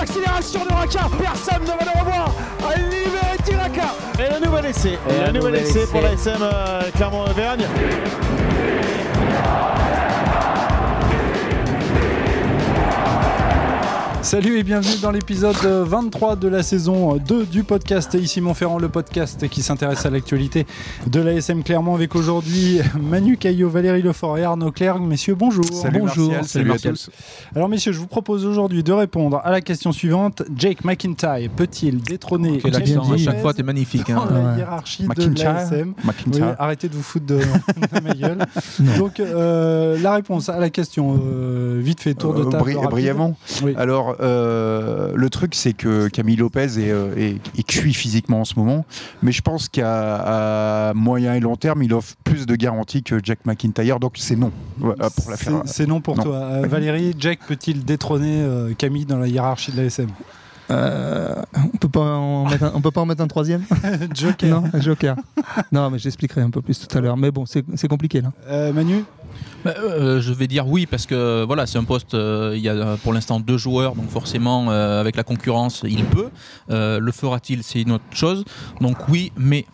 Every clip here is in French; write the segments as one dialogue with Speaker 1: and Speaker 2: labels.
Speaker 1: l'accélération de Raka. Personne ne va le revoir. Liberty Raka.
Speaker 2: Et le nouvel essai.
Speaker 3: Et
Speaker 2: le
Speaker 3: un
Speaker 2: nouvel
Speaker 3: nouvel
Speaker 2: essai
Speaker 3: essai.
Speaker 2: pour la SM euh, Clermont-Auvergne.
Speaker 4: Salut et bienvenue dans l'épisode euh, 23 de la saison euh, 2 du podcast Ici Montferrand, le podcast qui s'intéresse à l'actualité de l'ASM Clermont avec aujourd'hui Manu Caillot, Valérie Lefort et Arnaud Clerc. Messieurs, bonjour.
Speaker 5: bonjour, salut, à tous.
Speaker 4: Alors messieurs, je vous propose aujourd'hui de répondre à la question suivante. Jake McIntyre peut-il détrôner
Speaker 5: Quel
Speaker 4: James
Speaker 5: accent, à
Speaker 4: Lopez
Speaker 5: chaque fois, t'es magnifique.
Speaker 4: dans
Speaker 5: Hein.
Speaker 4: la
Speaker 3: Ouais.
Speaker 4: hiérarchie de
Speaker 5: McIntyre.
Speaker 4: l'ASM oui,
Speaker 5: McIntyre.
Speaker 4: arrêtez de vous foutre de, de ma gueule. Donc, euh, la réponse à la question, euh, vite fait, tour de
Speaker 5: Euh,
Speaker 4: table.
Speaker 5: bri-
Speaker 4: rapide.
Speaker 5: brièvement.
Speaker 4: Oui.
Speaker 5: Alors, euh, le truc, c'est que Camille Lopez est, euh, est- est cuit physiquement en ce moment, mais je pense qu'à à moyen et long terme, il offre plus de garanties que Jack McIntyre, donc c'est non. Ouais, euh, pour la
Speaker 4: C'est-
Speaker 5: faire-
Speaker 4: C'est non pour
Speaker 5: non.
Speaker 4: toi. Euh, Valérie, Jack peut-il détrôner euh, Camille dans la hiérarchie de la SM
Speaker 3: Euh, on peut pas en mettre un, on peut pas en mettre un troisième
Speaker 4: Joker.
Speaker 3: Non, un Joker. Non, mais j'expliquerai un peu plus tout à l'heure. Mais bon, c'est c'est compliqué là.
Speaker 4: Euh, Manu
Speaker 6: Bah, euh, je vais dire oui parce que voilà, c'est un poste. euh, Il y a euh, pour l'instant deux joueurs, donc forcément euh, avec la concurrence, il peut. Euh, le fera-t-il, c'est une autre chose. Donc oui, mais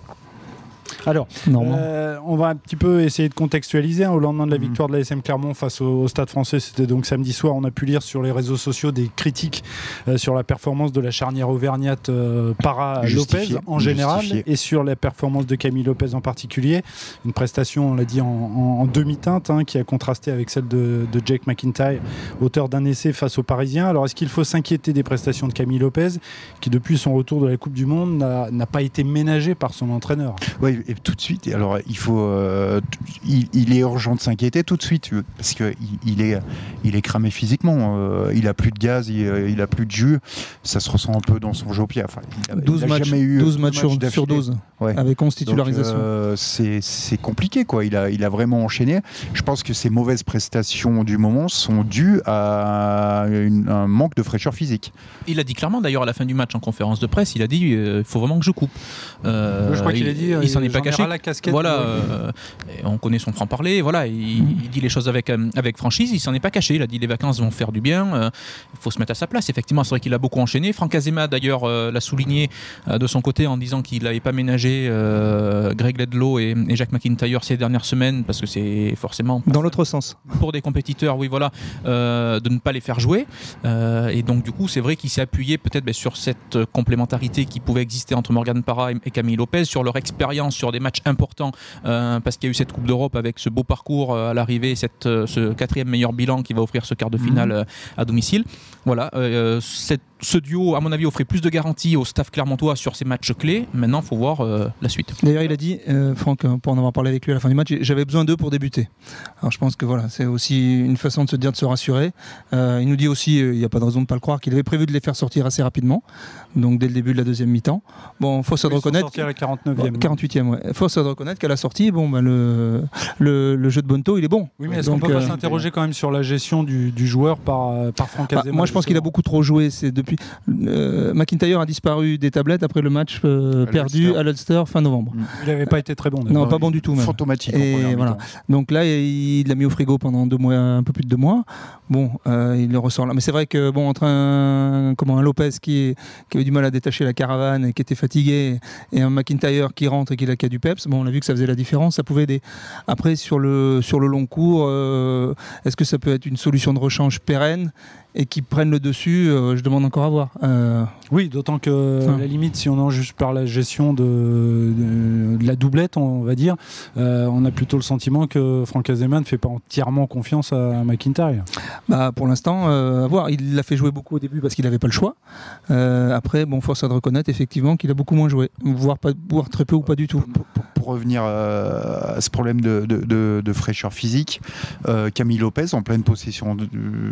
Speaker 4: Alors,
Speaker 3: Normand.
Speaker 4: Euh, on va un petit peu essayer de contextualiser. hein. Au lendemain de la victoire de la SM Clermont face au, au Stade français, c'était donc samedi soir, on a pu lire sur les réseaux sociaux des critiques euh, sur la performance de la charnière auvergnate euh, para
Speaker 5: Justifié.
Speaker 4: Lopez en général
Speaker 5: Justifié.
Speaker 4: et sur la performance de Camille Lopez en particulier. Une prestation, on l'a dit, en, en- en demi-teinte hein, qui a contrasté avec celle de, de Jake McIntyre, auteur d'un essai face aux Parisiens. Alors, est-ce qu'il faut s'inquiéter des prestations de Camille Lopez qui, depuis son retour de la Coupe du Monde, n'a n'a pas été ménagé par son entraîneur
Speaker 5: euh, Ouais, et tout de suite, alors il faut. euh, t- il, il est urgent de s'inquiéter tout de suite, euh, parce qu'il il est, il est cramé physiquement. euh, il a plus de gaz, il, euh, il a plus de jus. Ça se ressent un peu dans son jeu au pied. Enfin, ah bah, il a- il
Speaker 3: 12
Speaker 5: a
Speaker 3: matchs,
Speaker 5: jamais eu euh,
Speaker 3: 12 matchs sur, sur
Speaker 5: d'affilée.
Speaker 3: 12
Speaker 5: Ouais.
Speaker 3: avec 11
Speaker 5: Donc,
Speaker 3: titularisations.
Speaker 5: euh, c'est c'est compliqué, quoi. Il a, il a vraiment enchaîné. Je pense que ses mauvaises prestations du moment sont dues à une- un manque de fraîcheur physique.
Speaker 6: il a dit clairement d'ailleurs à la fin du match en conférence de presse, il a dit il faut vraiment que je coupe. Euh,
Speaker 4: je crois qu'il a dit. euh,
Speaker 6: il s'en est pas
Speaker 4: j'en ai
Speaker 6: caché.
Speaker 4: ras La casquette,
Speaker 6: Voilà,
Speaker 4: Ouais.
Speaker 6: euh, et on connaît son franc-parler, voilà, il, il dit les choses avec, euh, avec franchise, il s'en est pas caché, il a dit les vacances vont faire du bien, euh, il faut se mettre à sa place, effectivement, c'est vrai qu'il a beaucoup enchaîné. Franck Azema, d'ailleurs, euh, l'a souligné euh, de son côté en disant qu'il n'avait pas ménagé euh, Greg Ledlow et, et Jacques McIntyre ces dernières semaines, parce que c'est forcément
Speaker 3: Dans l'autre sens.
Speaker 6: pour des compétiteurs, oui, voilà, euh, de ne pas les faire jouer. Euh, et donc, du coup, c'est vrai qu'il s'est appuyé peut-être ben, sur cette euh, complémentarité qui pouvait exister entre Morgan Parra et, et Camille Lopez, sur leur expérience sur des matchs importants, euh, parce qu'il y a eu cette Coupe d'Europe avec ce beau parcours euh, à l'arrivée, cette, euh, ce quatrième meilleur bilan qui va offrir ce quart de finale euh, à domicile. Voilà, euh, cette- ce duo, à mon avis, offrait plus de garanties au staff clermontois sur ces matchs clés. Maintenant, il faut voir euh, la suite.
Speaker 3: D'ailleurs, il a dit, euh, Franck, euh, pour en avoir parlé avec lui à la fin du match, j'avais besoin d'eux pour débuter. Alors je pense que voilà, c'est aussi une façon de se dire, de se rassurer. Euh, il nous dit aussi, euh, il n'y a pas de raison de ne pas le croire, qu'il avait prévu de les faire sortir assez rapidement, donc dès le début de la deuxième mi-temps. Bon, faut se
Speaker 4: Ils sont
Speaker 3: reconnaître.
Speaker 4: sortis à la 49e.
Speaker 3: Bon, 48e, ouais. Faut se reconnaître qu'à la sortie, bon, bah, le, le, le jeu de Bonto, il est bon.
Speaker 4: Oui, mais est-ce qu'on
Speaker 3: Donc,
Speaker 4: peut pas
Speaker 3: euh,
Speaker 4: s'interroger quand même sur la gestion du, du joueur par, euh, par Franck
Speaker 3: bah,
Speaker 4: Azema
Speaker 3: moi, je pense qu'il a beaucoup trop joué. C'est depuis euh, McIntyre a disparu des tablettes après le match euh,
Speaker 5: À
Speaker 3: perdu
Speaker 5: l'Ulster.
Speaker 3: à l'Ulster fin novembre.
Speaker 4: Il n'avait pas été très bon. d'ailleurs.
Speaker 3: Non, pas bon du tout, même.
Speaker 5: Fantomatique. en
Speaker 3: Et
Speaker 5: première
Speaker 3: voilà.
Speaker 5: mi-temps.
Speaker 3: Donc là, il l'a mis au frigo pendant deux mois, un peu plus de deux mois. Bon, euh, il le ressort là. Mais c'est vrai que bon, entre un comment un Lopez qui, est- qui avait du mal à détacher la caravane et qui était fatigué, et un McIntyre qui rentre et qui a, qui a du peps, bon, on a vu que ça faisait la différence. Ça pouvait aider. Après, sur le sur le long cours, euh, est-ce que ça peut être une solution de rechange pérenne et qui prenne le dessus Euh, Je demande encore à voir. Euh,
Speaker 4: Oui, d'autant que, à
Speaker 3: Enfin.
Speaker 4: la limite, si on en juge par la gestion de, de- de la doublette, on va dire, euh, on a plutôt le sentiment que Franck Azema ne fait pas entièrement confiance à McIntyre.
Speaker 3: Bah, pour l'instant, euh, à voir. Il l'a fait jouer beaucoup au début parce qu'il n'avait pas le choix. Euh, après, bon, force à de reconnaître effectivement qu'il a beaucoup moins joué, voire, pas, voire très peu ou pas du tout.
Speaker 5: Pour, pour- pour revenir euh, à ce problème de, de- de- de fraîcheur physique, euh, Camille Lopez, en pleine possession de,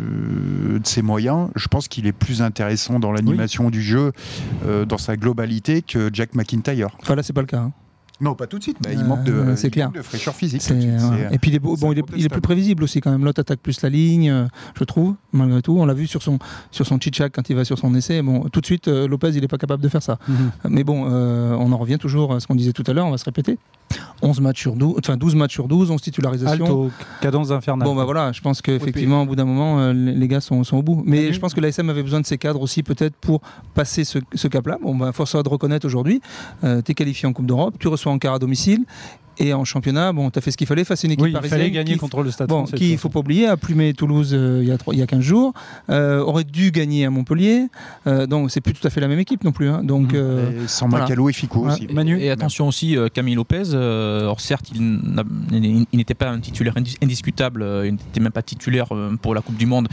Speaker 5: de ses moyens, je pense qu'il est plus intéressant dans l'animation du jeu, euh, dans sa globalité, que Jack McIntyre.
Speaker 3: Enfin là, c'est pas le cas. hein.
Speaker 5: Non, pas tout de suite. mais
Speaker 3: Euh,
Speaker 5: il manque de,
Speaker 3: c'est
Speaker 5: il
Speaker 3: clair.
Speaker 5: manque de fraîcheur physique.
Speaker 3: C'est-
Speaker 5: tout de suite.
Speaker 3: ouais. Et puis il est, beau-
Speaker 5: c'est euh,
Speaker 3: bon, il est, il est plus
Speaker 5: incontestable.
Speaker 3: prévisible aussi quand même. L'autre attaque plus la ligne, euh, je trouve, malgré tout. On l'a vu sur son sur son chichac quand il va sur son essai. Bon, tout de suite, Mhm. euh, Lopez, il n'est pas capable de faire ça. Mais bon, euh, on en revient toujours à ce qu'on disait tout à l'heure. On va se répéter. 11 matchs sur 12, enfin 12 matchs sur 12, 11 titularisations.
Speaker 4: Alto, cadence infernale.
Speaker 3: Bon, bah voilà, je pense qu'effectivement, au bout d'un moment, euh, les les gars sont, sont au bout. Mais je pense que l'ASM avait besoin de ces cadres aussi, peut-être, pour passer ce, ce cap-là. Bon, bah, force à de reconnaître aujourd'hui, euh, t'es qualifié en Coupe d'Europe, tu reçois en quart à domicile, et en championnat, bon, t'as fait ce qu'il fallait face à une équipe
Speaker 4: oui, il
Speaker 3: parisienne.
Speaker 4: fallait gagner
Speaker 3: qui-
Speaker 4: contre le Stade
Speaker 3: Bon,
Speaker 4: français,
Speaker 3: qui,
Speaker 4: de
Speaker 3: il
Speaker 4: toute
Speaker 3: faut pas oublier, a plumé Toulouse euh, il y, a trois- il y a 15 jours, euh, aurait dû gagner à Montpellier, euh, donc c'est plus tout à fait la même équipe non plus. hein.
Speaker 4: Mhm.
Speaker 3: donc, euh,
Speaker 5: Et sans
Speaker 3: voilà.
Speaker 5: Macalo et Fico
Speaker 4: Ouais.
Speaker 5: aussi.
Speaker 4: Manu
Speaker 6: Et attention aussi, euh, Camille Lopez, euh, alors certes, il n'a- il il n'était pas un titulaire indis- indiscutable, euh, il n'était même pas titulaire euh, pour la Coupe du Monde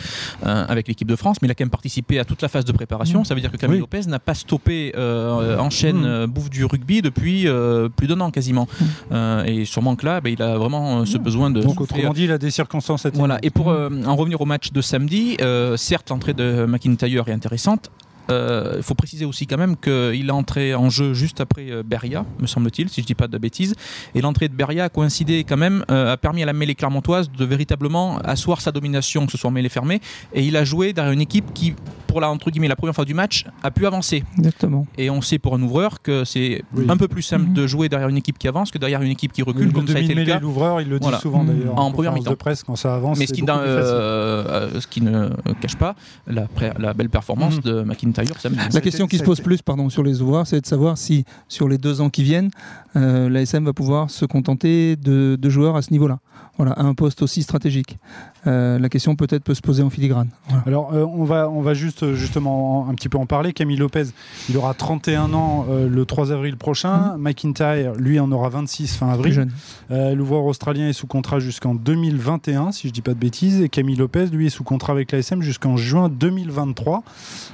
Speaker 6: euh, avec l'équipe de France, mais il a quand même participé à toute la phase de préparation. Ça veut dire que Camille
Speaker 4: Mmh. Oui.
Speaker 6: Lopez n'a pas stoppé euh, en chaîne
Speaker 4: Mm.
Speaker 6: euh, bouffe du rugby depuis euh, plus d'un an quasiment. Euh, et sûrement que là, ben, il a vraiment euh, ce besoin de.
Speaker 4: Mmh. Donc
Speaker 6: souffler,
Speaker 4: autrement dit, il a des circonstances atténuantes.
Speaker 6: voilà, et pour euh, en revenir au match de samedi, euh, certes l'entrée de McIntyre est intéressante. euh, Il faut préciser aussi quand même qu'il est entré en jeu juste après euh, Beria, me semble-t-il, si je ne dis pas de bêtises. Et l'entrée de Beria a coïncidé quand même, euh, a permis à la mêlée clermontoise de véritablement asseoir sa domination, que ce soit en mêlée fermée. Et il a joué derrière une équipe qui, pour la, entre guillemets, la première fois du match, a pu avancer.
Speaker 3: exactement.
Speaker 6: Et on sait pour un ouvreur que c'est
Speaker 4: Oui.
Speaker 6: un peu plus simple
Speaker 3: Mhm.
Speaker 6: de jouer derrière une équipe qui avance que derrière une équipe qui recule,
Speaker 4: Le
Speaker 6: comme ça a été le
Speaker 4: demi-mêlée,
Speaker 6: cas.
Speaker 4: l'ouvreur, il le dit
Speaker 6: Voilà.
Speaker 3: Mmh.
Speaker 4: souvent d'ailleurs.
Speaker 6: En première
Speaker 4: conférence
Speaker 6: mi-temps.
Speaker 4: de presse quand ça avance.
Speaker 6: Mais ce
Speaker 4: c'est
Speaker 6: qui,
Speaker 4: beaucoup
Speaker 6: n'a-
Speaker 4: plus facile.
Speaker 6: euh, euh, ce qui ne cache pas la, pré- la belle performance
Speaker 4: Mhm.
Speaker 6: de McIntyre samedi.
Speaker 3: La
Speaker 5: C'était-
Speaker 3: question qui se
Speaker 5: c'était-
Speaker 3: pose plus pardon, sur les ouvriers, c'est de savoir si, sur les deux ans qui viennent, euh, l'ASM va pouvoir se contenter de, de joueurs à ce niveau-là, voilà, à un poste aussi stratégique. Euh, la question peut-être peut se poser en filigrane. Voilà.
Speaker 4: Alors, euh, on, va, on va juste euh, justement en- un petit peu en parler. Camille Lopez, il aura 31 ans euh, le 3 avril prochain. McIntyre, lui, en aura 26 fin
Speaker 3: Mhm. Plus
Speaker 4: avril.
Speaker 3: jeune.
Speaker 4: Euh, L'ouvreur australien est sous contrat jusqu'en 2021, si je dis pas de bêtises. Et Camille Lopez, lui, est sous contrat avec l'ASM jusqu'en juin 2023.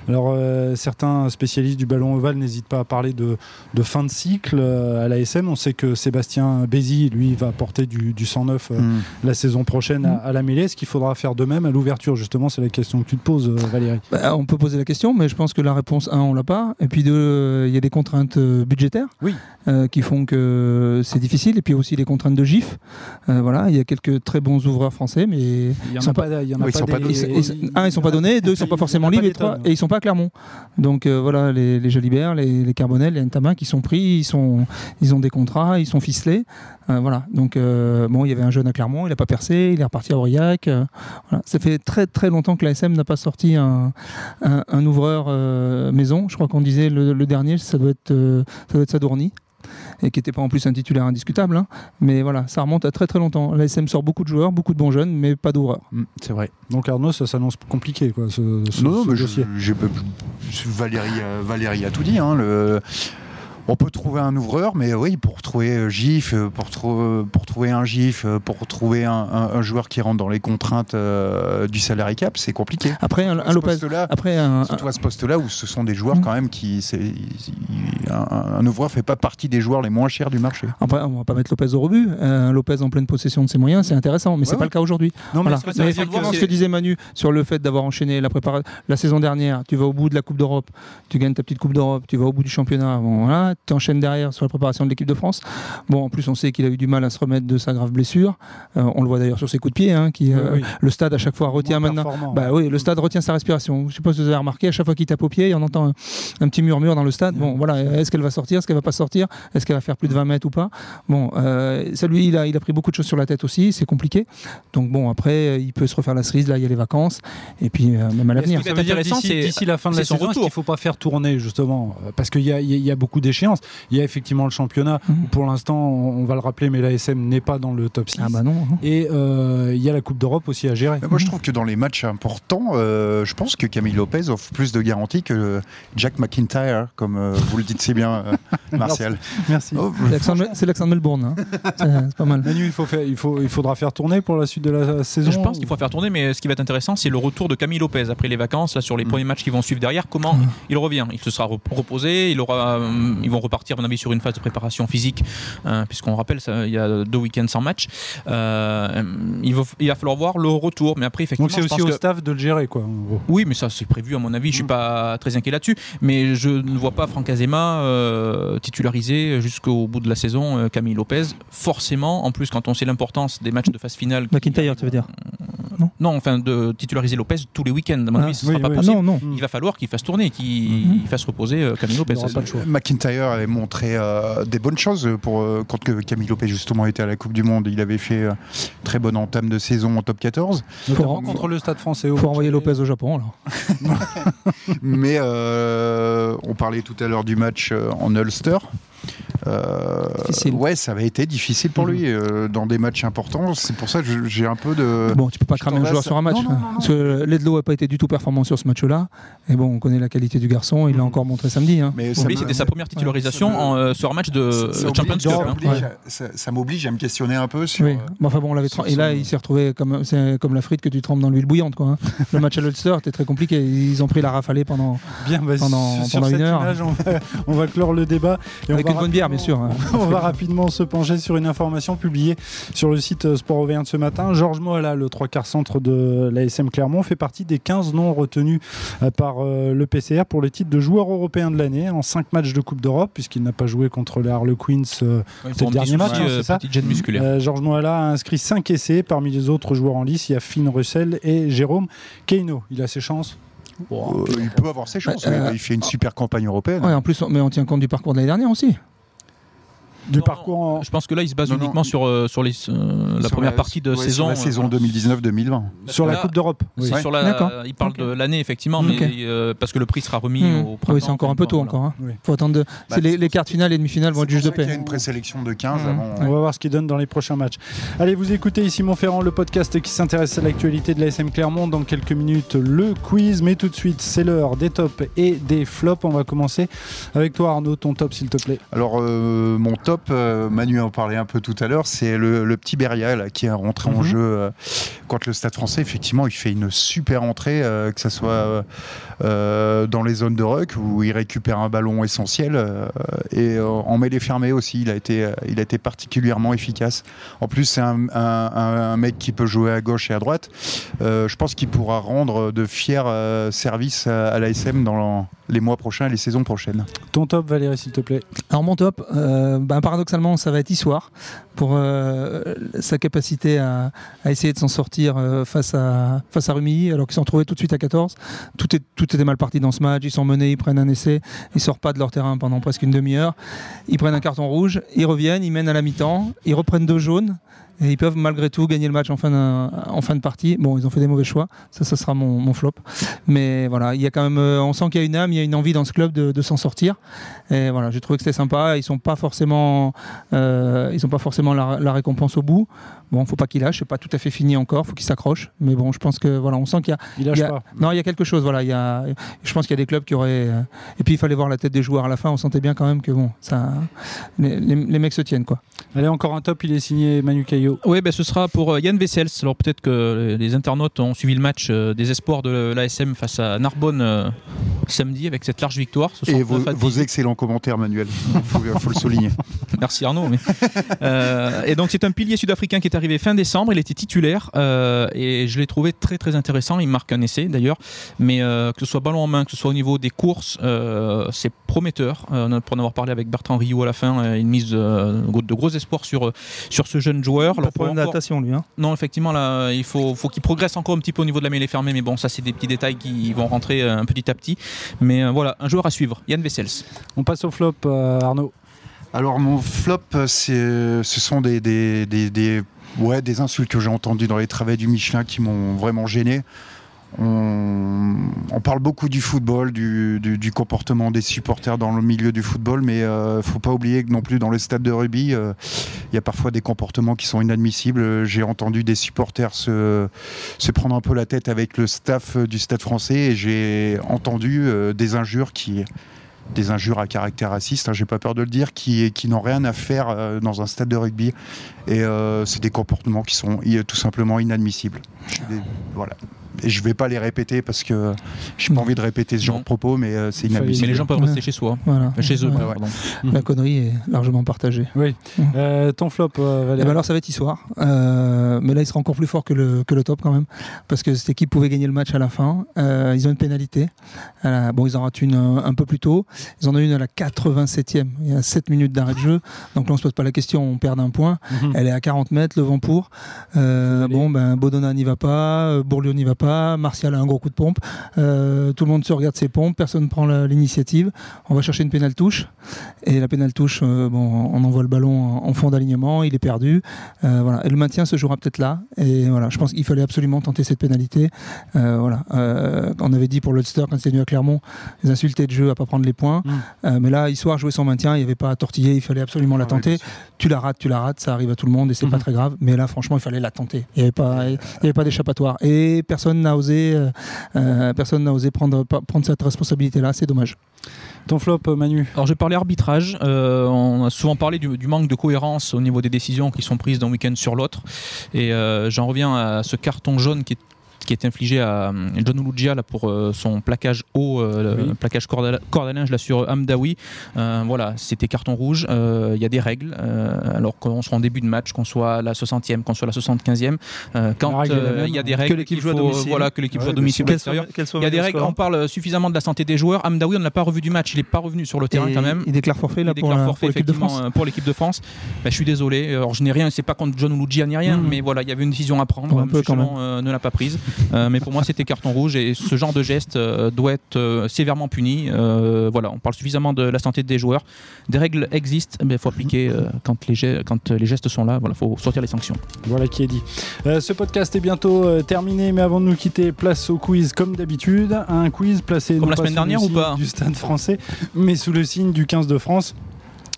Speaker 4: Alors, euh, certains spécialistes du ballon ovale n'hésitent pas à parler de, de fin de cycle euh, à l'ASM. On sait que Sébastien Bézi, lui, va porter du, du 109 euh,
Speaker 5: Mm.
Speaker 4: la saison prochaine à, à la mêlée. Est-ce qu'il faudra faire de même à l'ouverture Justement, c'est la question que tu te poses, euh, Valérie.
Speaker 3: Bah, on peut poser la question, mais je pense que la réponse, un, on l'a pas. Et puis, deux, euh, il y a des contraintes euh, budgétaires
Speaker 4: Oui.
Speaker 3: euh, qui font que euh, c'est difficile. Et puis aussi les contraintes de GIF. Euh, voilà, il y a quelques très bons ouvreurs français, mais
Speaker 4: Il y
Speaker 3: Ils sont
Speaker 4: pas, il y en a
Speaker 5: Oui, ils
Speaker 4: pas
Speaker 5: sont pas
Speaker 4: des-
Speaker 3: ils- ils- un, ils sont pas donnés, deux, ils sont
Speaker 4: Il y en
Speaker 3: pas
Speaker 4: a
Speaker 3: forcément
Speaker 4: pas
Speaker 3: libres,
Speaker 4: des
Speaker 3: et trois,
Speaker 4: tonnes.
Speaker 3: et ils sont pas à Clermont. Donc euh, voilà, les, les Jalibert, les, les Carbonel, les Ntamin qui sont pris, ils, sont, ils ont des contrats, ils sont ficelés. Euh, voilà, donc euh, bon, il y avait un jeune à Clermont, il a pas percé, il est reparti à Aurillac. euh, voilà. Ça fait très très longtemps que l'ASM n'a pas sorti un, un, un ouvreur euh, maison. Je crois qu'on disait le, le dernier, ça doit être, euh, ça doit être Sadourny. Et qui n'était pas en plus un titulaire indiscutable. hein. Mais voilà, ça remonte à très très longtemps. L'ASM sort beaucoup de joueurs, beaucoup de bons jeunes, mais pas d'ouvreurs.
Speaker 5: Mm, C'est vrai.
Speaker 4: Donc Arnaud, ça s'annonce compliqué, quoi, ce, ce-
Speaker 5: Non, non,
Speaker 4: ce
Speaker 5: mais je-
Speaker 4: dossier.
Speaker 5: j'ai pas- je- Valérie, euh, Valérie a tout dit. hein, le- on peut trouver un ouvreur, mais oui, pour trouver euh, GIF, euh, pour, tro- pour trouver un GIF, euh, pour trouver un, un- un joueur qui rentre dans les contraintes euh, du salary cap, c'est compliqué.
Speaker 3: Après, un, un
Speaker 5: Ce
Speaker 3: Lopez.
Speaker 5: poste-là-
Speaker 3: Après, un,
Speaker 5: Surtout à ce poste-là où ce sont des joueurs
Speaker 3: Mm.
Speaker 5: quand même qui. c'est- il- un, un ouvreur fait pas partie des joueurs les moins chers du marché.
Speaker 3: après, on va pas mettre Lopez au rebut. Euh, un Lopez en pleine possession de ses moyens, c'est intéressant, mais c'est
Speaker 5: Ouais,
Speaker 3: pas le cas aujourd'hui.
Speaker 4: Non, mais
Speaker 3: Voilà.
Speaker 4: est-ce que
Speaker 6: ça veut
Speaker 3: Mais
Speaker 6: dire que
Speaker 3: effectivement, ce
Speaker 6: c'est-
Speaker 3: que disait Manu sur le fait d'avoir enchaîné la préparation la saison dernière, tu vas au bout de la Coupe d'Europe, tu gagnes ta petite Coupe d'Europe, tu vas au bout du championnat, bon, voilà, tu enchaînes derrière sur la préparation de l'équipe de France. Bon, en plus, on sait qu'il a eu du mal à se remettre de sa grave blessure. Euh, on le voit d'ailleurs sur ses coups de pied, hein, qui euh,
Speaker 4: Oui, oui.
Speaker 3: le stade à chaque fois retient
Speaker 4: Moins
Speaker 3: maintenant.
Speaker 4: performant.
Speaker 3: Bah oui, le stade retient sa respiration. Je sais pas si vous avez remarqué, à chaque fois qu'il tape au pied, on entend un, un petit murmure dans le stade. Bon, voilà, est-ce qu'elle va sortir, est-ce qu'elle va pas sortir, est-ce qu'elle va faire plus de 20 mètres ou pas Bon, euh, ça, lui, il a, il a pris beaucoup de choses sur la tête aussi, c'est compliqué. Donc bon, après, euh, il peut se refaire la cerise, là, il y a les vacances, et puis euh, même à l'avenir.
Speaker 6: Est-ce
Speaker 4: Ça veut dire
Speaker 6: intéressant,
Speaker 4: d'ici-
Speaker 6: c'est-
Speaker 4: d'ici la fin de
Speaker 6: c'est
Speaker 4: la
Speaker 6: son
Speaker 4: saison, est-ce
Speaker 6: retour.
Speaker 4: qu'il ne faut pas faire tourner justement euh, parce qu'il y a, il y a- il y a beaucoup d'échéances. Il y a effectivement le championnat
Speaker 3: Mhm.
Speaker 4: où pour l'instant on, on va le rappeler, mais l'ASM n'est pas dans le top 6.
Speaker 3: Ah bah non. hein.
Speaker 4: Et euh, il y a la Coupe d'Europe aussi à gérer.
Speaker 5: Mais Moi, je trouve que dans les matchs importants, euh, je pense que Camille Lopez offre plus de garanties que Jack McIntyre, comme euh, vous le dites si bien, euh, Martial.
Speaker 4: Merci.
Speaker 5: Oh,
Speaker 3: C'est l'accent de- C'est l'accent de Melbourne, hein. c'est c'est pas mal.
Speaker 4: Manu, il, faut faire- il, faut, il faudra faire tourner pour la suite de la saison.
Speaker 6: Je pense qu'il faut faire tourner, mais ce qui va être intéressant, c'est le retour de Camille Lopez après les vacances, là, sur
Speaker 4: Mhm.
Speaker 6: les premiers matchs qui vont suivre derrière. Comment il revient Il se sera re- reposé, il aura, euh, ils vont repartir, à mon avis, sur une phase de préparation physique, euh, puisqu'on rappelle, ça, il y a deux week-ends sans match. Euh, il, va, il va falloir voir le retour, mais après, effectivement,
Speaker 4: Donc c'est
Speaker 6: je
Speaker 4: aussi au
Speaker 6: pense que-
Speaker 4: staff de le gérer, quoi. en gros.
Speaker 6: Oui, mais ça c'est prévu à mon avis. Je
Speaker 4: Mm.
Speaker 6: suis pas très inquiet là-dessus, mais je ne vois pas Franck Azema euh, titularisé jusqu'au bout de la saison
Speaker 4: Bah,
Speaker 6: euh, Camille Lopez. Forcément, en plus quand on sait l'importance des matchs de phase finale, qui-
Speaker 3: McIntyre, tu veux dire non
Speaker 6: Non, enfin, de titulariser Lopez tous les week-ends. À mon
Speaker 3: Ah,
Speaker 6: avis, ce
Speaker 4: oui,
Speaker 6: sera pas
Speaker 4: oui. Mm-hmm.
Speaker 3: Ah
Speaker 6: possible.
Speaker 3: non, non.
Speaker 6: Il va falloir qu'il fasse tourner, qu'il
Speaker 3: Mhm.
Speaker 6: il fasse reposer euh, Camille Lopez.
Speaker 4: Il aura
Speaker 6: ça,
Speaker 4: pas
Speaker 6: c'est-
Speaker 4: de choix.
Speaker 5: McIntyre avait montré euh, des bonnes choses pour, euh, quand que Camille Lopez justement était à la Coupe du Monde. Il avait fait euh, très bonne entame de saison en top 14.
Speaker 3: Notamment
Speaker 4: contre le Stade Français.
Speaker 3: Faut envoyer Lopez au Japon, alors.
Speaker 5: Mais euh, on parlait tout à l'heure du match euh, en Ulster. Euh,
Speaker 3: Difficile.
Speaker 5: ouais, ça avait été difficile
Speaker 4: Mhm.
Speaker 5: pour lui euh, dans des matchs importants. C'est pour ça que je- j'ai un peu de.
Speaker 3: Bon, tu peux pas
Speaker 5: je
Speaker 3: cramer un
Speaker 5: t'en
Speaker 3: joueur
Speaker 5: lasse.
Speaker 3: sur un match. hein.
Speaker 5: Non, non, non, non.
Speaker 3: Parce que Ledlow n'a pas été du tout performant sur ce match-là. Et bon, on connaît la qualité du garçon. Il
Speaker 5: Mm.
Speaker 3: l'a encore montré samedi. hein.
Speaker 5: Mais
Speaker 6: Pour lui,
Speaker 5: me-
Speaker 6: c'était sa première titularisation
Speaker 5: ça me-
Speaker 6: en, euh, sur un match de
Speaker 5: ça- ça
Speaker 6: de Champions
Speaker 5: oblige-
Speaker 6: Cup.
Speaker 5: ça
Speaker 6: hein.
Speaker 5: oblige à- ça- Ça m'oblige à me questionner un peu sur.
Speaker 3: Oui.
Speaker 5: euh,
Speaker 3: Mais enfin bon, on l'avait
Speaker 5: sur
Speaker 3: tra- et là,
Speaker 5: son-
Speaker 3: il s'est retrouvé comme, c'est comme la frite que tu trempes dans l'huile bouillante. Quoi, hein. Le match à l'Ulster était très compliqué. Ils ont pris la rafalée pendant.
Speaker 4: Bien, bah,
Speaker 3: Pendant-
Speaker 4: sur- sur
Speaker 3: pendant
Speaker 4: cette
Speaker 3: une heure.
Speaker 4: image, on va, on va clore le débat. Et
Speaker 3: Avec
Speaker 4: on va
Speaker 3: une bonne bière, bien sûr.
Speaker 4: rapidement-
Speaker 3: hein.
Speaker 4: On va rapidement se pencher sur une information publiée sur le site euh, Sport Auvergne de ce matin. Georges Moala, le trois quarts centre de l'ASM Clermont, fait partie des 15 noms retenus euh, par euh, le PCR pour le titre de joueur européen de l'année en 5 matchs de Coupe d'Europe, puisqu'il n'a pas joué contre les Harlequins. euh,
Speaker 6: Ouais,
Speaker 4: C'est
Speaker 6: pour
Speaker 4: le
Speaker 6: un petit
Speaker 4: dernier match,
Speaker 6: souci,
Speaker 4: hein,
Speaker 6: euh,
Speaker 4: c'est ça
Speaker 6: Petite gêne musculaire.
Speaker 4: euh, Georges Moala a inscrit 5 essais. Parmi les autres joueurs en lice, il y a Finn Russell et Jérôme Keino. Il a ses chances.
Speaker 5: euh, il peut avoir ses chances.
Speaker 3: Bah,
Speaker 5: oui.
Speaker 3: euh,
Speaker 5: il fait
Speaker 6: ah.
Speaker 5: une super campagne européenne.
Speaker 3: Ouais, en plus, on- mais on tient compte du parcours de l'année dernière aussi.
Speaker 4: Du
Speaker 6: Non,
Speaker 4: parcours en,
Speaker 6: Je pense que là, il se base
Speaker 5: Non, non.
Speaker 6: uniquement sur, euh, sur les, euh, la
Speaker 5: Sur
Speaker 6: première partie de
Speaker 5: ouais, sur
Speaker 6: saison.
Speaker 5: la
Speaker 6: euh,
Speaker 5: saison
Speaker 6: voilà.
Speaker 5: 2019-2020.
Speaker 6: Parce
Speaker 4: sur
Speaker 6: que
Speaker 4: la
Speaker 6: là,
Speaker 4: Coupe d'Europe.
Speaker 6: c'est
Speaker 5: Ouais.
Speaker 6: sur la-
Speaker 3: D'accord.
Speaker 6: il parle
Speaker 3: Ok.
Speaker 6: de l'année, effectivement,
Speaker 3: Ok.
Speaker 6: mais euh, parce que le prix sera remis
Speaker 3: Hmm.
Speaker 6: au printemps.
Speaker 3: Oui, c'est encore un peu tôt
Speaker 6: voilà.
Speaker 3: encore. hein.
Speaker 4: Oui.
Speaker 3: Faut attendre. de-
Speaker 5: Bah,
Speaker 3: c'est les,
Speaker 5: c'est-
Speaker 3: les quarts de finale et demi-finale vont
Speaker 5: C'est
Speaker 3: être juge de
Speaker 5: pour ça qu'il
Speaker 3: paix.
Speaker 5: y a une présélection de 15
Speaker 6: Mmh.
Speaker 3: Mhm.
Speaker 5: avant.
Speaker 4: On va voir ce qu'il donne dans les prochains matchs. Allez, vous écoutez ici Montferrand, le podcast qui s'intéresse à l'actualité de la SM Clermont. Dans quelques minutes, le quiz. Mais tout de suite, c'est l'heure des tops et des flops. On va commencer avec toi, Arnaud, ton top, s'il te plaît.
Speaker 5: Alors, euh, mon top, euh, Manu en parlait un peu tout à l'heure, c'est le, le petit Beria là, qui est rentré en
Speaker 4: Mhm.
Speaker 5: jeu euh, contre le Stade français. Effectivement, il fait une super entrée, euh, que ce soit euh, euh, dans les zones de ruck où il récupère un ballon essentiel euh, et euh, en mêlée fermée aussi. Il a, été, euh, il a été particulièrement efficace. En plus, c'est un, un- un- un mec qui peut jouer à gauche et à droite. Euh, je pense qu'il pourra rendre de fiers euh, services à, à l'ASM dans l'en- les mois prochains et les saisons prochaines.
Speaker 4: Ton top, Valérie, s'il te plaît.
Speaker 3: Alors mon top, euh, ben, paradoxalement, ça va être Issoir pour euh, sa capacité à, à essayer de s'en sortir euh, face à face à Rumilly, alors qu'ils sont retrouvés tout de suite à 14. Tout est tout était mal parti dans ce match. Ils sont menés, ils prennent un essai, ils sortent pas de leur terrain pendant presque une demi-heure. Ils prennent un carton rouge, ils reviennent, ils mènent à la mi-temps, ils reprennent deux jaunes. Et ils peuvent malgré tout gagner le match en fin, de, en fin de partie. Bon, ils ont fait des mauvais choix. Ça, ça sera mon, mon flop. Mais voilà, il y a quand même, euh, on sent qu'il y a une âme, il y a une envie dans ce club de, de s'en sortir. Et voilà, j'ai trouvé que c'était sympa. Ils sont pas forcément, euh, ils ont pas forcément la, la récompense au bout. Bon, faut pas qu'ils lâchent. C'est pas tout à fait fini encore. Faut qu'ils s'accrochent. Mais bon, je pense que voilà, on sent qu'il y a,
Speaker 4: Il lâche
Speaker 3: il y a-
Speaker 4: pas.
Speaker 3: non, il y a quelque chose. Voilà, il y a, je pense qu'il y a des clubs qui auraient. euh, et puis il fallait voir la tête des joueurs à la fin. On sentait bien quand même que bon, ça, les, les- les mecs se tiennent quoi.
Speaker 4: Allez, encore un top. Il est signé Manu Caillot.
Speaker 6: Oui, ben, ce sera pour euh, Yann Vessels. Alors peut-être que euh, les internautes ont suivi le match euh, des espoirs de l'ASM face à Narbonne euh, samedi avec cette large victoire. ce
Speaker 5: Et
Speaker 6: 69
Speaker 5: vos,
Speaker 6: à
Speaker 5: vos
Speaker 6: 18.
Speaker 5: excellents commentaires, Manuel. Il faut, faut le souligner.
Speaker 6: Merci Arnaud. mais- Euh, et donc c'est un pilier sud-africain qui est arrivé fin décembre. Il était titulaire euh, et je l'ai trouvé très très intéressant. Il marque un essai d'ailleurs, mais euh, que ce soit ballon en main, que ce soit au niveau des courses, euh, c'est prometteur. Euh, pour en avoir parlé avec Bertrand Rio à la fin, euh, il mise euh, de gros espoirs sur euh, sur ce jeune joueur. Alors,
Speaker 3: Pas de Oh, problème
Speaker 6: pour encore-
Speaker 3: d'adaptation lui. Hein.
Speaker 6: non, effectivement, là, il faut, faut qu'il progresse encore un petit peu au niveau de la mêlée fermée, mais bon, ça, c'est des petits détails qui vont rentrer euh, un petit à petit. Mais euh, voilà, un joueur à suivre, Yann Vessels.
Speaker 4: On passe au flop, euh, Arnaud.
Speaker 5: Alors, mon flop, euh, c'est- ce sont des, des, des- des- ouais, des insultes que j'ai entendues dans les travaux du Michelin qui m'ont vraiment gêné. On, on parle beaucoup du football, du, du- du comportement des supporters dans le milieu du football, mais euh, faut pas oublier que non plus dans les stades de rugby, euh, il y a parfois des comportements qui sont inadmissibles. Euh, J'ai entendu des supporters se, se prendre un peu la tête avec le staff euh, du Stade français et j'ai entendu euh, des injures qui des injures à caractère raciste, hein, j'ai pas peur de le dire, qui, qui n'ont rien à faire euh, dans un stade de rugby. Et euh, c'est des comportements qui sont i- tout simplement inadmissibles. Je suis dé- voilà. et je vais pas les répéter parce que j'ai pas envie de répéter ce genre
Speaker 6: Non.
Speaker 5: de propos, mais euh, c'est
Speaker 4: Mais
Speaker 5: inadmissible.
Speaker 6: Mais les gens peuvent
Speaker 3: Ouais.
Speaker 6: rester chez soi.
Speaker 3: Voilà.
Speaker 6: Chez eux,
Speaker 5: Ouais, ouais.
Speaker 6: pardon.
Speaker 3: La connerie est largement partagée.
Speaker 4: Euh, ton flop, euh,
Speaker 3: Eh
Speaker 4: Valérie.
Speaker 3: ben alors ça va être Issoire. Euh, mais là, il sera encore plus fort que le, que le top quand même. Parce que cette équipe pouvait gagner le match à la fin. Euh, ils ont une pénalité. À la- bon, ils en ratent une euh, un peu plus tôt. Ils en ont une à la 87e. Il y a 7 minutes d'arrêt de jeu. Donc là, on se pose pas la question, on perd un point.
Speaker 4: Mhm.
Speaker 3: Elle est à 40 mètres, le vent pour. Euh, bon, ben, Bodona n'y va pas, euh, Bourlieu n'y va pas, Martial a un gros coup de pompe. Euh, tout le monde se regarde ses pompes, personne ne prend la- l'initiative. On va chercher une pénale touche. Et la pénale touche, euh, bon, on envoie le ballon en, en fond d'alignement, il est perdu. Euh, voilà. Et le maintien se jouera peut-être là. Et voilà, je pense qu'il fallait absolument tenter cette pénalité. Euh, voilà. Euh, on avait dit pour l'Ulster, quand c'est venu à Clermont, les insultés de jeu à pas prendre les points.
Speaker 4: Mm.
Speaker 3: Euh, mais là, Histoire jouait son maintien, il n'y avait pas à tortiller, il fallait absolument la
Speaker 5: Ouais, bien
Speaker 3: tenter
Speaker 5: sûr.
Speaker 3: tu la rates, tu la rates, ça arrive à tout le monde et c'est pas très grave. Mais là, franchement, il fallait la tenter. Il n'y avait pas, il y avait pas d'échappatoire. Et personne n'a osé, euh, euh, personne n'a osé prendre, pa- prendre cette responsabilité-là. C'est dommage.
Speaker 4: Ton flop, euh, Manu.
Speaker 6: Alors, je parlais arbitrage. Euh, on a souvent parlé du, du manque de cohérence au niveau des décisions qui sont prises d'un week-end sur l'autre. Et euh, j'en reviens à ce carton jaune qui est qui est infligé à euh, John Ulugia là pour euh, son plaquage haut, euh, le
Speaker 4: Oui.
Speaker 6: plaquage corde à la- corde à linge là sur Hamdawi. Euh, voilà, c'était carton rouge. Euh, Il y a des règles. euh, alors qu'on soit en début de match, qu'on soit à la 60e, qu'on soit à la 75e, euh,
Speaker 4: La
Speaker 6: quand
Speaker 4: règle est la
Speaker 6: euh, il y a
Speaker 4: même.
Speaker 6: des règles,
Speaker 2: l'équipe
Speaker 6: qu'il
Speaker 2: joue à
Speaker 6: faut, euh,
Speaker 2: domicile.
Speaker 6: voilà, que l'équipe joue à
Speaker 4: Ouais,
Speaker 6: domicile ou à l'extérieur. Il y a des règles, on
Speaker 2: en
Speaker 6: parle suffisamment de la santé des joueurs. Hamdaoui, on ne l'a pas revu du match, il n'est pas revenu sur le terrain
Speaker 3: Et
Speaker 6: quand même.
Speaker 3: Il déclare forfait là
Speaker 6: Il
Speaker 3: pour,
Speaker 6: déclare
Speaker 3: la-
Speaker 6: forfait,
Speaker 3: pour l'équipe de
Speaker 6: effectivement,
Speaker 3: France.
Speaker 6: euh, pour l'équipe de France. Bah, je suis désolé, alors je n'ai rien, c'est pas contre John ou Luigi ni rien,
Speaker 4: Mhm.
Speaker 6: mais voilà, il y avait une décision à prendre.
Speaker 3: Un
Speaker 6: M.
Speaker 3: peu, quand
Speaker 6: Chalon, euh, ne l'a pas prise. Euh, mais pour moi, c'était carton rouge et ce genre de geste euh, doit être euh, sévèrement puni. Euh, voilà, on parle suffisamment de la santé des joueurs. Des règles existent, mais il faut appliquer euh, quand, les ge- quand les gestes sont là. Voilà, faut sortir les sanctions.
Speaker 4: Voilà qui est dit. Euh, ce podcast est bientôt euh, terminé, mais avant de nous quitter, place au quiz comme d'habitude. Un quiz placé
Speaker 6: Comme
Speaker 4: non
Speaker 6: la
Speaker 4: pas
Speaker 6: semaine
Speaker 4: sous
Speaker 6: dernière
Speaker 4: le
Speaker 6: ou
Speaker 4: signe
Speaker 6: pas
Speaker 4: du Stade français, mais sous le signe du 15 de France.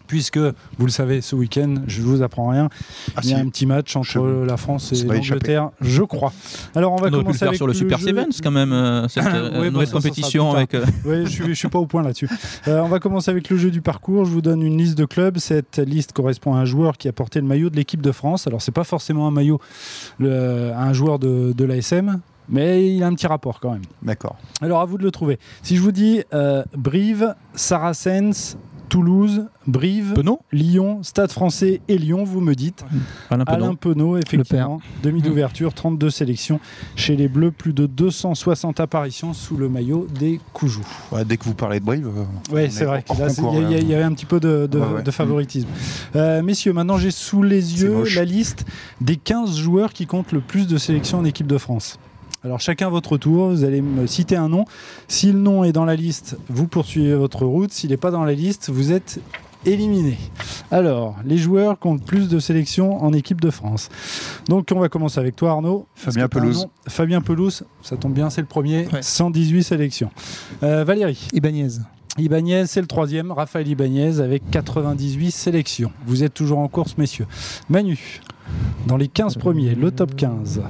Speaker 4: Puisque, vous le savez, ce week-end, je ne vous apprends rien,
Speaker 5: Ah,
Speaker 4: il y a
Speaker 5: si.
Speaker 4: un petit match entre
Speaker 5: Je-
Speaker 4: la France et
Speaker 5: Ça va échapper.
Speaker 4: l'Angleterre, je crois. Alors on va
Speaker 6: On aurait pu le
Speaker 4: commencer
Speaker 6: faire
Speaker 4: avec
Speaker 6: sur le Super
Speaker 4: jeu-
Speaker 6: Sevens quand même, euh, cette euh,
Speaker 4: Ouais, bah,
Speaker 6: nouvelle
Speaker 4: ça, ça sera plus
Speaker 6: compétition
Speaker 4: tard.
Speaker 6: avec. euh,
Speaker 4: Oui, je suis, je suis pas au point là-dessus. Euh, on va commencer avec le jeu du parcours. Je vous donne une liste de clubs. Cette liste correspond à un joueur qui a porté le maillot de l'équipe de France. Alors, c'est pas forcément un maillot le- à un joueur de, de l'ASM, mais il a un petit rapport quand même.
Speaker 5: D'accord.
Speaker 4: Alors, à vous de le trouver. Si je vous dis euh, Brive, Saracens, Toulouse, Brive,
Speaker 6: Penaud
Speaker 4: Lyon, Stade français et Lyon, vous me dites.
Speaker 6: Alain Penaud.
Speaker 4: Alain Penaud, effectivement, demi d'ouverture, 32 sélections chez les Bleus, plus de 260 apparitions sous le maillot des Coujous.
Speaker 5: Ouais, dès que vous parlez de Brive, euh,
Speaker 4: Oui,
Speaker 5: On
Speaker 4: c'est
Speaker 5: est
Speaker 4: vrai.
Speaker 5: hors
Speaker 4: Là, c'est-
Speaker 5: concours,
Speaker 4: Il y, a-
Speaker 5: là.
Speaker 4: il y avait un petit peu de, de-
Speaker 5: Ouais, ouais.
Speaker 4: de favoritisme. Euh, messieurs, maintenant j'ai sous les
Speaker 5: C'est
Speaker 4: yeux
Speaker 5: moche.
Speaker 4: la liste des 15 joueurs qui comptent le plus de sélections en équipe de France. Alors chacun votre tour, vous allez me citer un nom. Si le nom est dans la liste, vous poursuivez votre route. S'il n'est pas dans la liste, vous êtes éliminé. Alors, les joueurs comptent plus de sélections en équipe de France. Donc on va commencer avec toi Arnaud. Parce
Speaker 5: Fabien
Speaker 4: que t'as un
Speaker 5: Pelouse.
Speaker 4: nom. Fabien Pelouse, ça tombe bien, c'est le premier.
Speaker 3: Ouais.
Speaker 4: 118 sélections. Euh, Valérie.
Speaker 3: Ibanez.
Speaker 4: Ibanez, c'est le troisième, Raphaël Ibanez avec 98 sélections. Vous êtes toujours en course, messieurs. Manu, dans les 15 premiers, le top 15.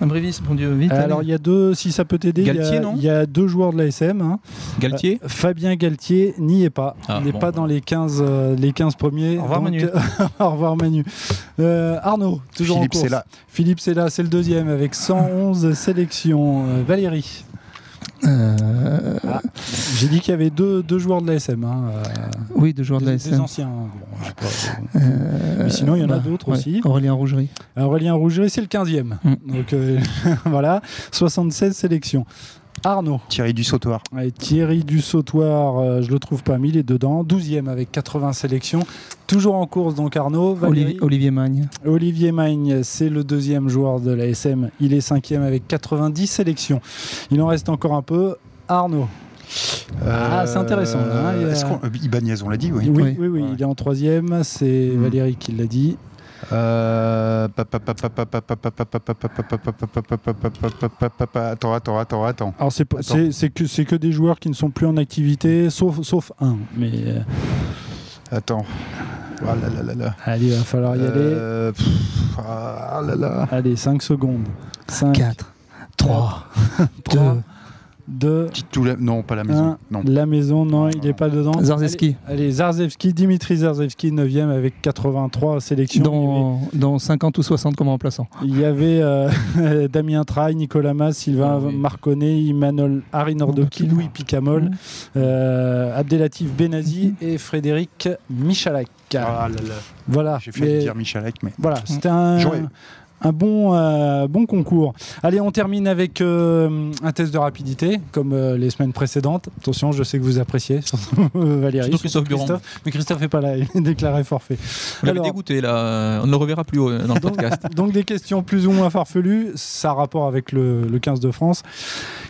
Speaker 3: Un brévis, mon Dieu, vite.
Speaker 4: Alors, il y a deux, si ça peut t'aider, il y a-
Speaker 6: Galtier, non
Speaker 4: il y, a deux joueurs de la SM. hein.
Speaker 6: Galtier
Speaker 4: Euh, Fabien Galtier n'y est pas.
Speaker 6: Ah,
Speaker 4: il n'est
Speaker 6: bon,
Speaker 4: pas
Speaker 6: bah.
Speaker 4: dans les 15, euh, les 15 premiers.
Speaker 3: Au revoir,
Speaker 4: Donc,
Speaker 3: Manu.
Speaker 4: au revoir, Manu. Euh, Arnaud, toujours en
Speaker 5: Philippe,
Speaker 4: course.
Speaker 5: c'est là.
Speaker 4: Philippe, c'est là, c'est le deuxième avec 111 sélections. Euh, Valérie,
Speaker 3: Euh,
Speaker 4: j'ai dit qu'il y avait deux, deux joueurs de la SM. hein, euh,
Speaker 3: oui, deux joueurs de
Speaker 4: des,
Speaker 3: la
Speaker 4: des
Speaker 3: SM.
Speaker 4: anciens. hein. Bon, je sais pas.
Speaker 3: Euh,
Speaker 4: Mais sinon, il y en a
Speaker 3: bah,
Speaker 4: d'autres
Speaker 3: ouais.
Speaker 4: aussi.
Speaker 3: Aurélien Rougerie.
Speaker 4: Aurélien Rouget, c'est le 15e.
Speaker 3: Mm.
Speaker 4: Donc euh, voilà, 76 sélections. Arnaud,
Speaker 5: Thierry du Sautoir.
Speaker 4: Allez, Thierry du Sautoir, euh, je le trouve pas, mais il est dedans. 12e avec 80 sélections. Toujours en course, donc Arnaud. Valérie.
Speaker 3: Olivier, Olivier Magne.
Speaker 4: Olivier Magne, c'est le deuxième joueur de la SM. Il est 5e avec 90 sélections. Il en reste encore un peu. Arnaud. Ah, c'est intéressant, là, hein, il y a-
Speaker 5: est-ce qu'on- euh, Ibanez, on l'a dit, oui.
Speaker 4: Oui, oui, oui,
Speaker 3: Oui.
Speaker 5: Ouais.
Speaker 4: il est en troisième. C'est
Speaker 5: Mm.
Speaker 4: Valérie qui l'a dit.
Speaker 5: Euh, pa- pa- pa- pa- pa- pa- pa- pa- pa- pa- pa- pa- pa- pa- pa- pa- pa- pa- pa- pa- pa- pa- Attends, attends, attends, attends.
Speaker 4: Alors c'est pas-
Speaker 5: Attends.
Speaker 4: c'est- c'est que c'est que des joueurs qui ne sont plus en activité, sauf sauf un. Mais euh,
Speaker 5: Attends. Ah là là là là.
Speaker 4: allez, il va falloir y aller.
Speaker 5: Euh, pff, Ah là là.
Speaker 4: Allez, 5 secondes. 5,
Speaker 3: 4, 3, 2,
Speaker 4: de
Speaker 5: Petite Toulon- non, pas la maison.
Speaker 4: Hein
Speaker 5: non.
Speaker 4: la maison. Non, il
Speaker 5: Non,
Speaker 4: n'est
Speaker 5: non.
Speaker 4: pas dedans.
Speaker 3: Zarzewski.
Speaker 4: Allez, allez, Zarzewski, Dimitri Zarzewski, 9e avec 83 sélections.
Speaker 3: Dans, dans 50 ou 60 comme remplaçant.
Speaker 4: Il y avait euh, Damien Traille, Nicolas Mas, Sylvain
Speaker 6: Ah oui.
Speaker 4: Marconnet, Imanol
Speaker 5: Oh,
Speaker 4: Arinordoki, Louis
Speaker 5: Mmh.
Speaker 4: Picamol, euh, Abdelatif Benazi et Frédéric Michalak.
Speaker 5: Ah là là,
Speaker 4: Voilà.
Speaker 5: J'ai fait
Speaker 4: Mais-
Speaker 5: dire Mmh. Michalak, mais
Speaker 4: Voilà, c'était un,
Speaker 5: J'aurais-
Speaker 4: un bon, euh, bon concours. Allez, on termine avec euh, un test de rapidité, comme euh, les semaines précédentes. Attention, je sais que vous appréciez, surtout Valérie.
Speaker 6: Surtout Christophe Buron.
Speaker 4: Christophe. Mais Christophe n'est pas là, il est déclaré forfait.
Speaker 6: Vous l'avez
Speaker 4: Euh, Alors-
Speaker 6: dégoûté là, on ne le reverra plus euh, dans le podcast.
Speaker 4: Donc des questions plus ou moins farfelues, ça a rapport avec le, le 15 de France.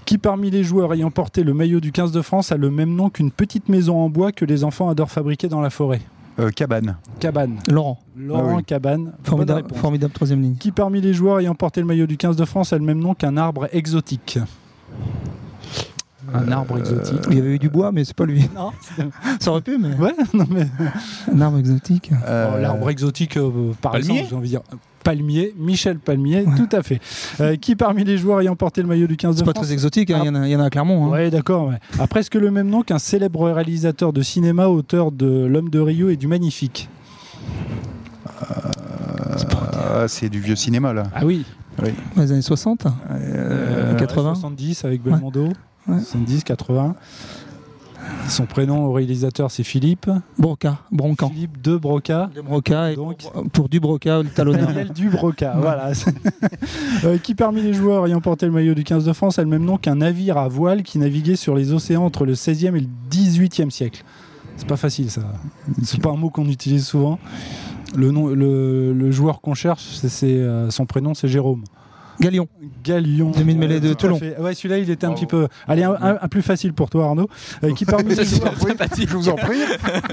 Speaker 4: Qui parmi les joueurs ayant porté le maillot du 15 de France a le même nom qu'une petite maison en bois que les enfants adorent fabriquer dans la forêt
Speaker 5: euh, Cabane.
Speaker 4: Cabane.
Speaker 3: Laurent,
Speaker 4: Laurent
Speaker 5: Ah oui.
Speaker 4: Cabane. Bonne
Speaker 3: formidable,
Speaker 4: réponse.
Speaker 3: formidable troisième ligne.
Speaker 4: Qui parmi les joueurs ayant porté le maillot du 15 de France a le même nom qu'un arbre exotique Un arbre exotique.
Speaker 3: Il y avait eu du bois, mais c'est pas lui. Ça aurait pu, mais.
Speaker 4: Ouais, non mais.
Speaker 3: Un arbre exotique.
Speaker 5: Euh,
Speaker 4: Oh, L'arbre exotique, euh, par
Speaker 6: Palmier
Speaker 4: exemple, j'ai envie de dire. Palmier, Michel Palmier, tout à fait. Euh, qui parmi les joueurs ayant porté le maillot du 15 de
Speaker 3: C'est pas
Speaker 4: France Ah.
Speaker 3: très exotique, hein, il y en a- il y en a à Clermont. hein.
Speaker 4: Ouais, d'accord. ouais. A presque le même nom qu'un célèbre réalisateur de cinéma, auteur de L'homme de Rio et du Magnifique.
Speaker 5: ah, c'est du vieux cinéma, là.
Speaker 4: Ah oui.
Speaker 3: Dans les années 60.
Speaker 5: Euh,
Speaker 3: 80.
Speaker 4: 70 avec Belmondo.
Speaker 3: Ouais.
Speaker 4: 70, 80. Son prénom au réalisateur, c'est Philippe.
Speaker 3: Broca, Broncan.
Speaker 4: Philippe de Broca.
Speaker 3: De Broca et
Speaker 4: Donc-
Speaker 3: pour du Broca, le talonneur.
Speaker 4: Daniel du Broca. voilà. Euh, qui parmi les joueurs ayant porté le maillot du 15 de France a le même nom qu'un navire à voile qui naviguait sur les océans entre le 16e et le 18e siècle C'est pas facile ça. C'est pas un mot qu'on utilise souvent. Le, nom, le, le joueur qu'on cherche, c'est, c'est, euh, son prénom, c'est Jérôme.
Speaker 3: Galion.
Speaker 4: Galion.
Speaker 3: Demi de mêlée de
Speaker 4: tout à
Speaker 3: Toulon.
Speaker 4: fait. Ouais, celui-là, il était un
Speaker 5: Bravo.
Speaker 4: petit peu. Allez, un, un- un plus facile pour toi, Arnaud. Euh, qui parmi les
Speaker 6: Ça, c'est
Speaker 4: joueurs
Speaker 6: sympathique.
Speaker 5: Je vous en prie,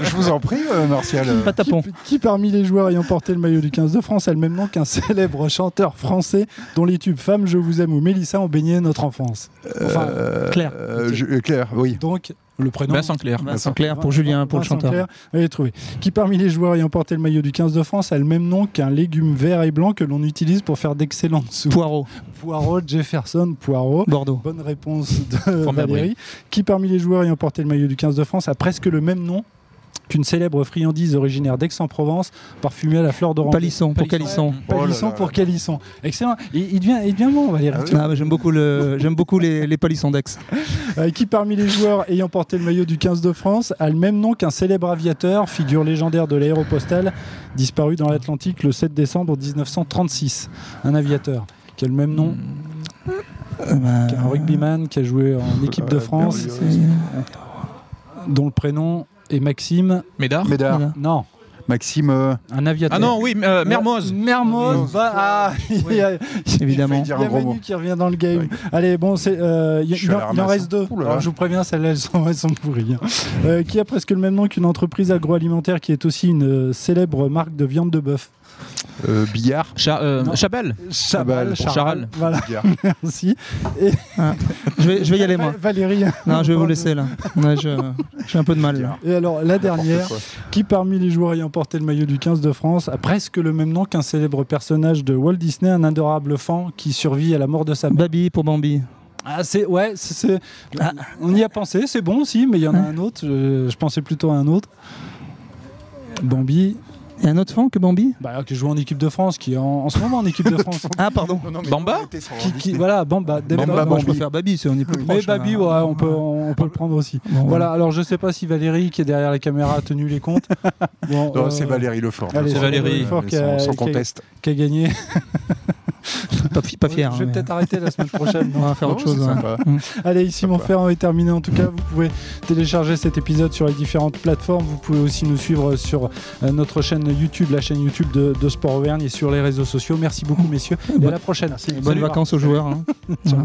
Speaker 5: je vous en prie, euh, Martial. euh,
Speaker 3: Patapon.
Speaker 4: Qui, qui parmi les joueurs ayant porté le maillot du 15 de France a le même nom qu'un célèbre chanteur français dont les tubes Femme, Je vous aime ou Mélissa ont baigné notre enfance Enfin,
Speaker 5: euh,
Speaker 3: Claire.
Speaker 5: euh, je- euh, Claire, oui.
Speaker 4: donc, le prénom.
Speaker 6: Vincent Clair.
Speaker 3: Vincent Clair pour Julien, pour le
Speaker 4: Vincent
Speaker 3: chanteur.
Speaker 4: Clerc, allez trouver. Qui parmi les joueurs ayant porté le maillot du 15 de France a le même nom qu'un légume vert et blanc que l'on utilise pour faire d'excellentes soupes
Speaker 3: Poirot,
Speaker 4: Poireau, Jefferson, Poireau.
Speaker 3: Bordeaux.
Speaker 4: Bonne réponse de
Speaker 6: Formidable,
Speaker 4: Valérie. Qui parmi les joueurs ayant porté le maillot du 15 de France a presque le même nom qu'une célèbre friandise originaire d'Aix-en-Provence, parfumée à la fleur d'oranger
Speaker 3: Palisson pour Calisson.
Speaker 5: Oh là
Speaker 4: Palisson
Speaker 5: là.
Speaker 4: pour Calisson. Excellent. Il, il devient, il devient bon, Valérie.
Speaker 5: Ah oui.
Speaker 3: Ah, mais j'aime beaucoup, le, j'aime beaucoup les, les palissons d'Aix.
Speaker 4: Euh, qui parmi les joueurs ayant porté le maillot du 15 de France a le même nom qu'un célèbre aviateur, figure légendaire de l'aéropostale, disparu dans l'Atlantique le 7 décembre 1936 Un aviateur qui a le même nom
Speaker 3: Euh, bah,
Speaker 4: qu'un rugbyman qui a joué en équipe de
Speaker 5: Euh,
Speaker 4: France,
Speaker 5: Berlioz.
Speaker 3: c'est-
Speaker 4: dont le prénom est Maxime.
Speaker 6: Médard.
Speaker 5: Médard,
Speaker 3: Voilà.
Speaker 4: Non,
Speaker 5: Maxime, euh,
Speaker 4: un aviateur.
Speaker 6: Ah non, oui, euh, Mermoz.
Speaker 4: Mermoz. bah, ah, il y a-
Speaker 3: évidemment.
Speaker 5: je vais dire
Speaker 4: Il y
Speaker 5: un
Speaker 4: a
Speaker 5: gros
Speaker 4: Manu
Speaker 5: mot.
Speaker 4: qui revient dans le game.
Speaker 5: Oui.
Speaker 4: Allez, bon, c'est, euh, il y-
Speaker 5: Je suis
Speaker 4: il
Speaker 5: à la
Speaker 4: en- il en
Speaker 5: ramasse.
Speaker 4: reste deux.
Speaker 5: Ouh là là.
Speaker 4: Alors, je vous préviens, celles-là, elles sont, elles sont pourries. hein. Euh, qui a presque le même nom qu'une entreprise agroalimentaire qui est aussi une euh, célèbre marque de viande de bœuf
Speaker 5: euh, Billard.
Speaker 6: Cha- euh,
Speaker 4: Non.
Speaker 6: Chabal.
Speaker 5: Chabal.
Speaker 6: Pour Charal.
Speaker 4: Voilà,
Speaker 5: Billard.
Speaker 4: merci.
Speaker 3: Je vais, je vais y aller, moi.
Speaker 4: Va- Valérie. hein.
Speaker 3: Non, je vais vous laisser, là. Ouais, je- J'ai un peu de mal. là.
Speaker 4: Et alors, la
Speaker 5: N'importe
Speaker 4: dernière,
Speaker 5: quoi.
Speaker 4: qui parmi les joueurs ayant porté le maillot du 15 de France a presque le même nom qu'un célèbre personnage de Walt Disney, un adorable fan qui survit à la mort de sa mère
Speaker 3: Babi pour Bambi.
Speaker 4: Ah, c'est. Ouais, c'est- c'est- ah, on y a pensé, c'est bon aussi, mais il y en a un autre. Je, je pensais plutôt à un autre. Bambi,
Speaker 3: Il y a un autre fan que Bambi
Speaker 4: bah, qui joue en équipe de France, qui est en, en ce moment en équipe de France.
Speaker 3: Ah, pardon.
Speaker 5: Non, non, mais
Speaker 6: Bamba
Speaker 5: on était sur
Speaker 4: qui, qui-
Speaker 5: Disney.
Speaker 4: voilà, Bamba, David
Speaker 5: Bamba,
Speaker 4: Bamba.
Speaker 3: Moi, je
Speaker 5: Bambi.
Speaker 3: préfère Babi, c'est- on est plus
Speaker 4: Mais
Speaker 3: proche. euh, là.
Speaker 4: Babi, ouais, on, peut, on peut le prendre aussi.
Speaker 3: Bon, voilà.
Speaker 4: Voilà, alors je sais pas si Valérie, qui est derrière la caméra, a tenu les comptes. Bon,
Speaker 5: Non,
Speaker 4: euh,
Speaker 5: c'est Valérie Lefort.
Speaker 4: allez,
Speaker 6: C'est
Speaker 5: Sans-
Speaker 6: Valérie
Speaker 5: euh,
Speaker 4: Lefort qui a-
Speaker 5: sans- Sans
Speaker 4: qui a-
Speaker 5: conteste.
Speaker 4: Qui a gagné.
Speaker 3: Pas, fi- pas fier.
Speaker 4: Je vais
Speaker 3: hein, mais
Speaker 4: peut-être arrêter la semaine prochaine.
Speaker 3: On va faire
Speaker 5: Non,
Speaker 3: autre
Speaker 5: Oh, c'est
Speaker 3: chose.
Speaker 4: hein.
Speaker 3: hein. ouais.
Speaker 5: sympa.
Speaker 4: Allez, ici mon
Speaker 5: Sympa.
Speaker 4: frère est terminé. En tout cas, vous pouvez télécharger cet épisode sur les différentes plateformes. Vous pouvez aussi nous suivre sur euh, notre chaîne YouTube, la chaîne YouTube de, de Sport Auvergne et sur les réseaux sociaux. Merci beaucoup, messieurs. Et à la prochaine.
Speaker 3: Bonnes vacances aux joueurs. hein. Voilà.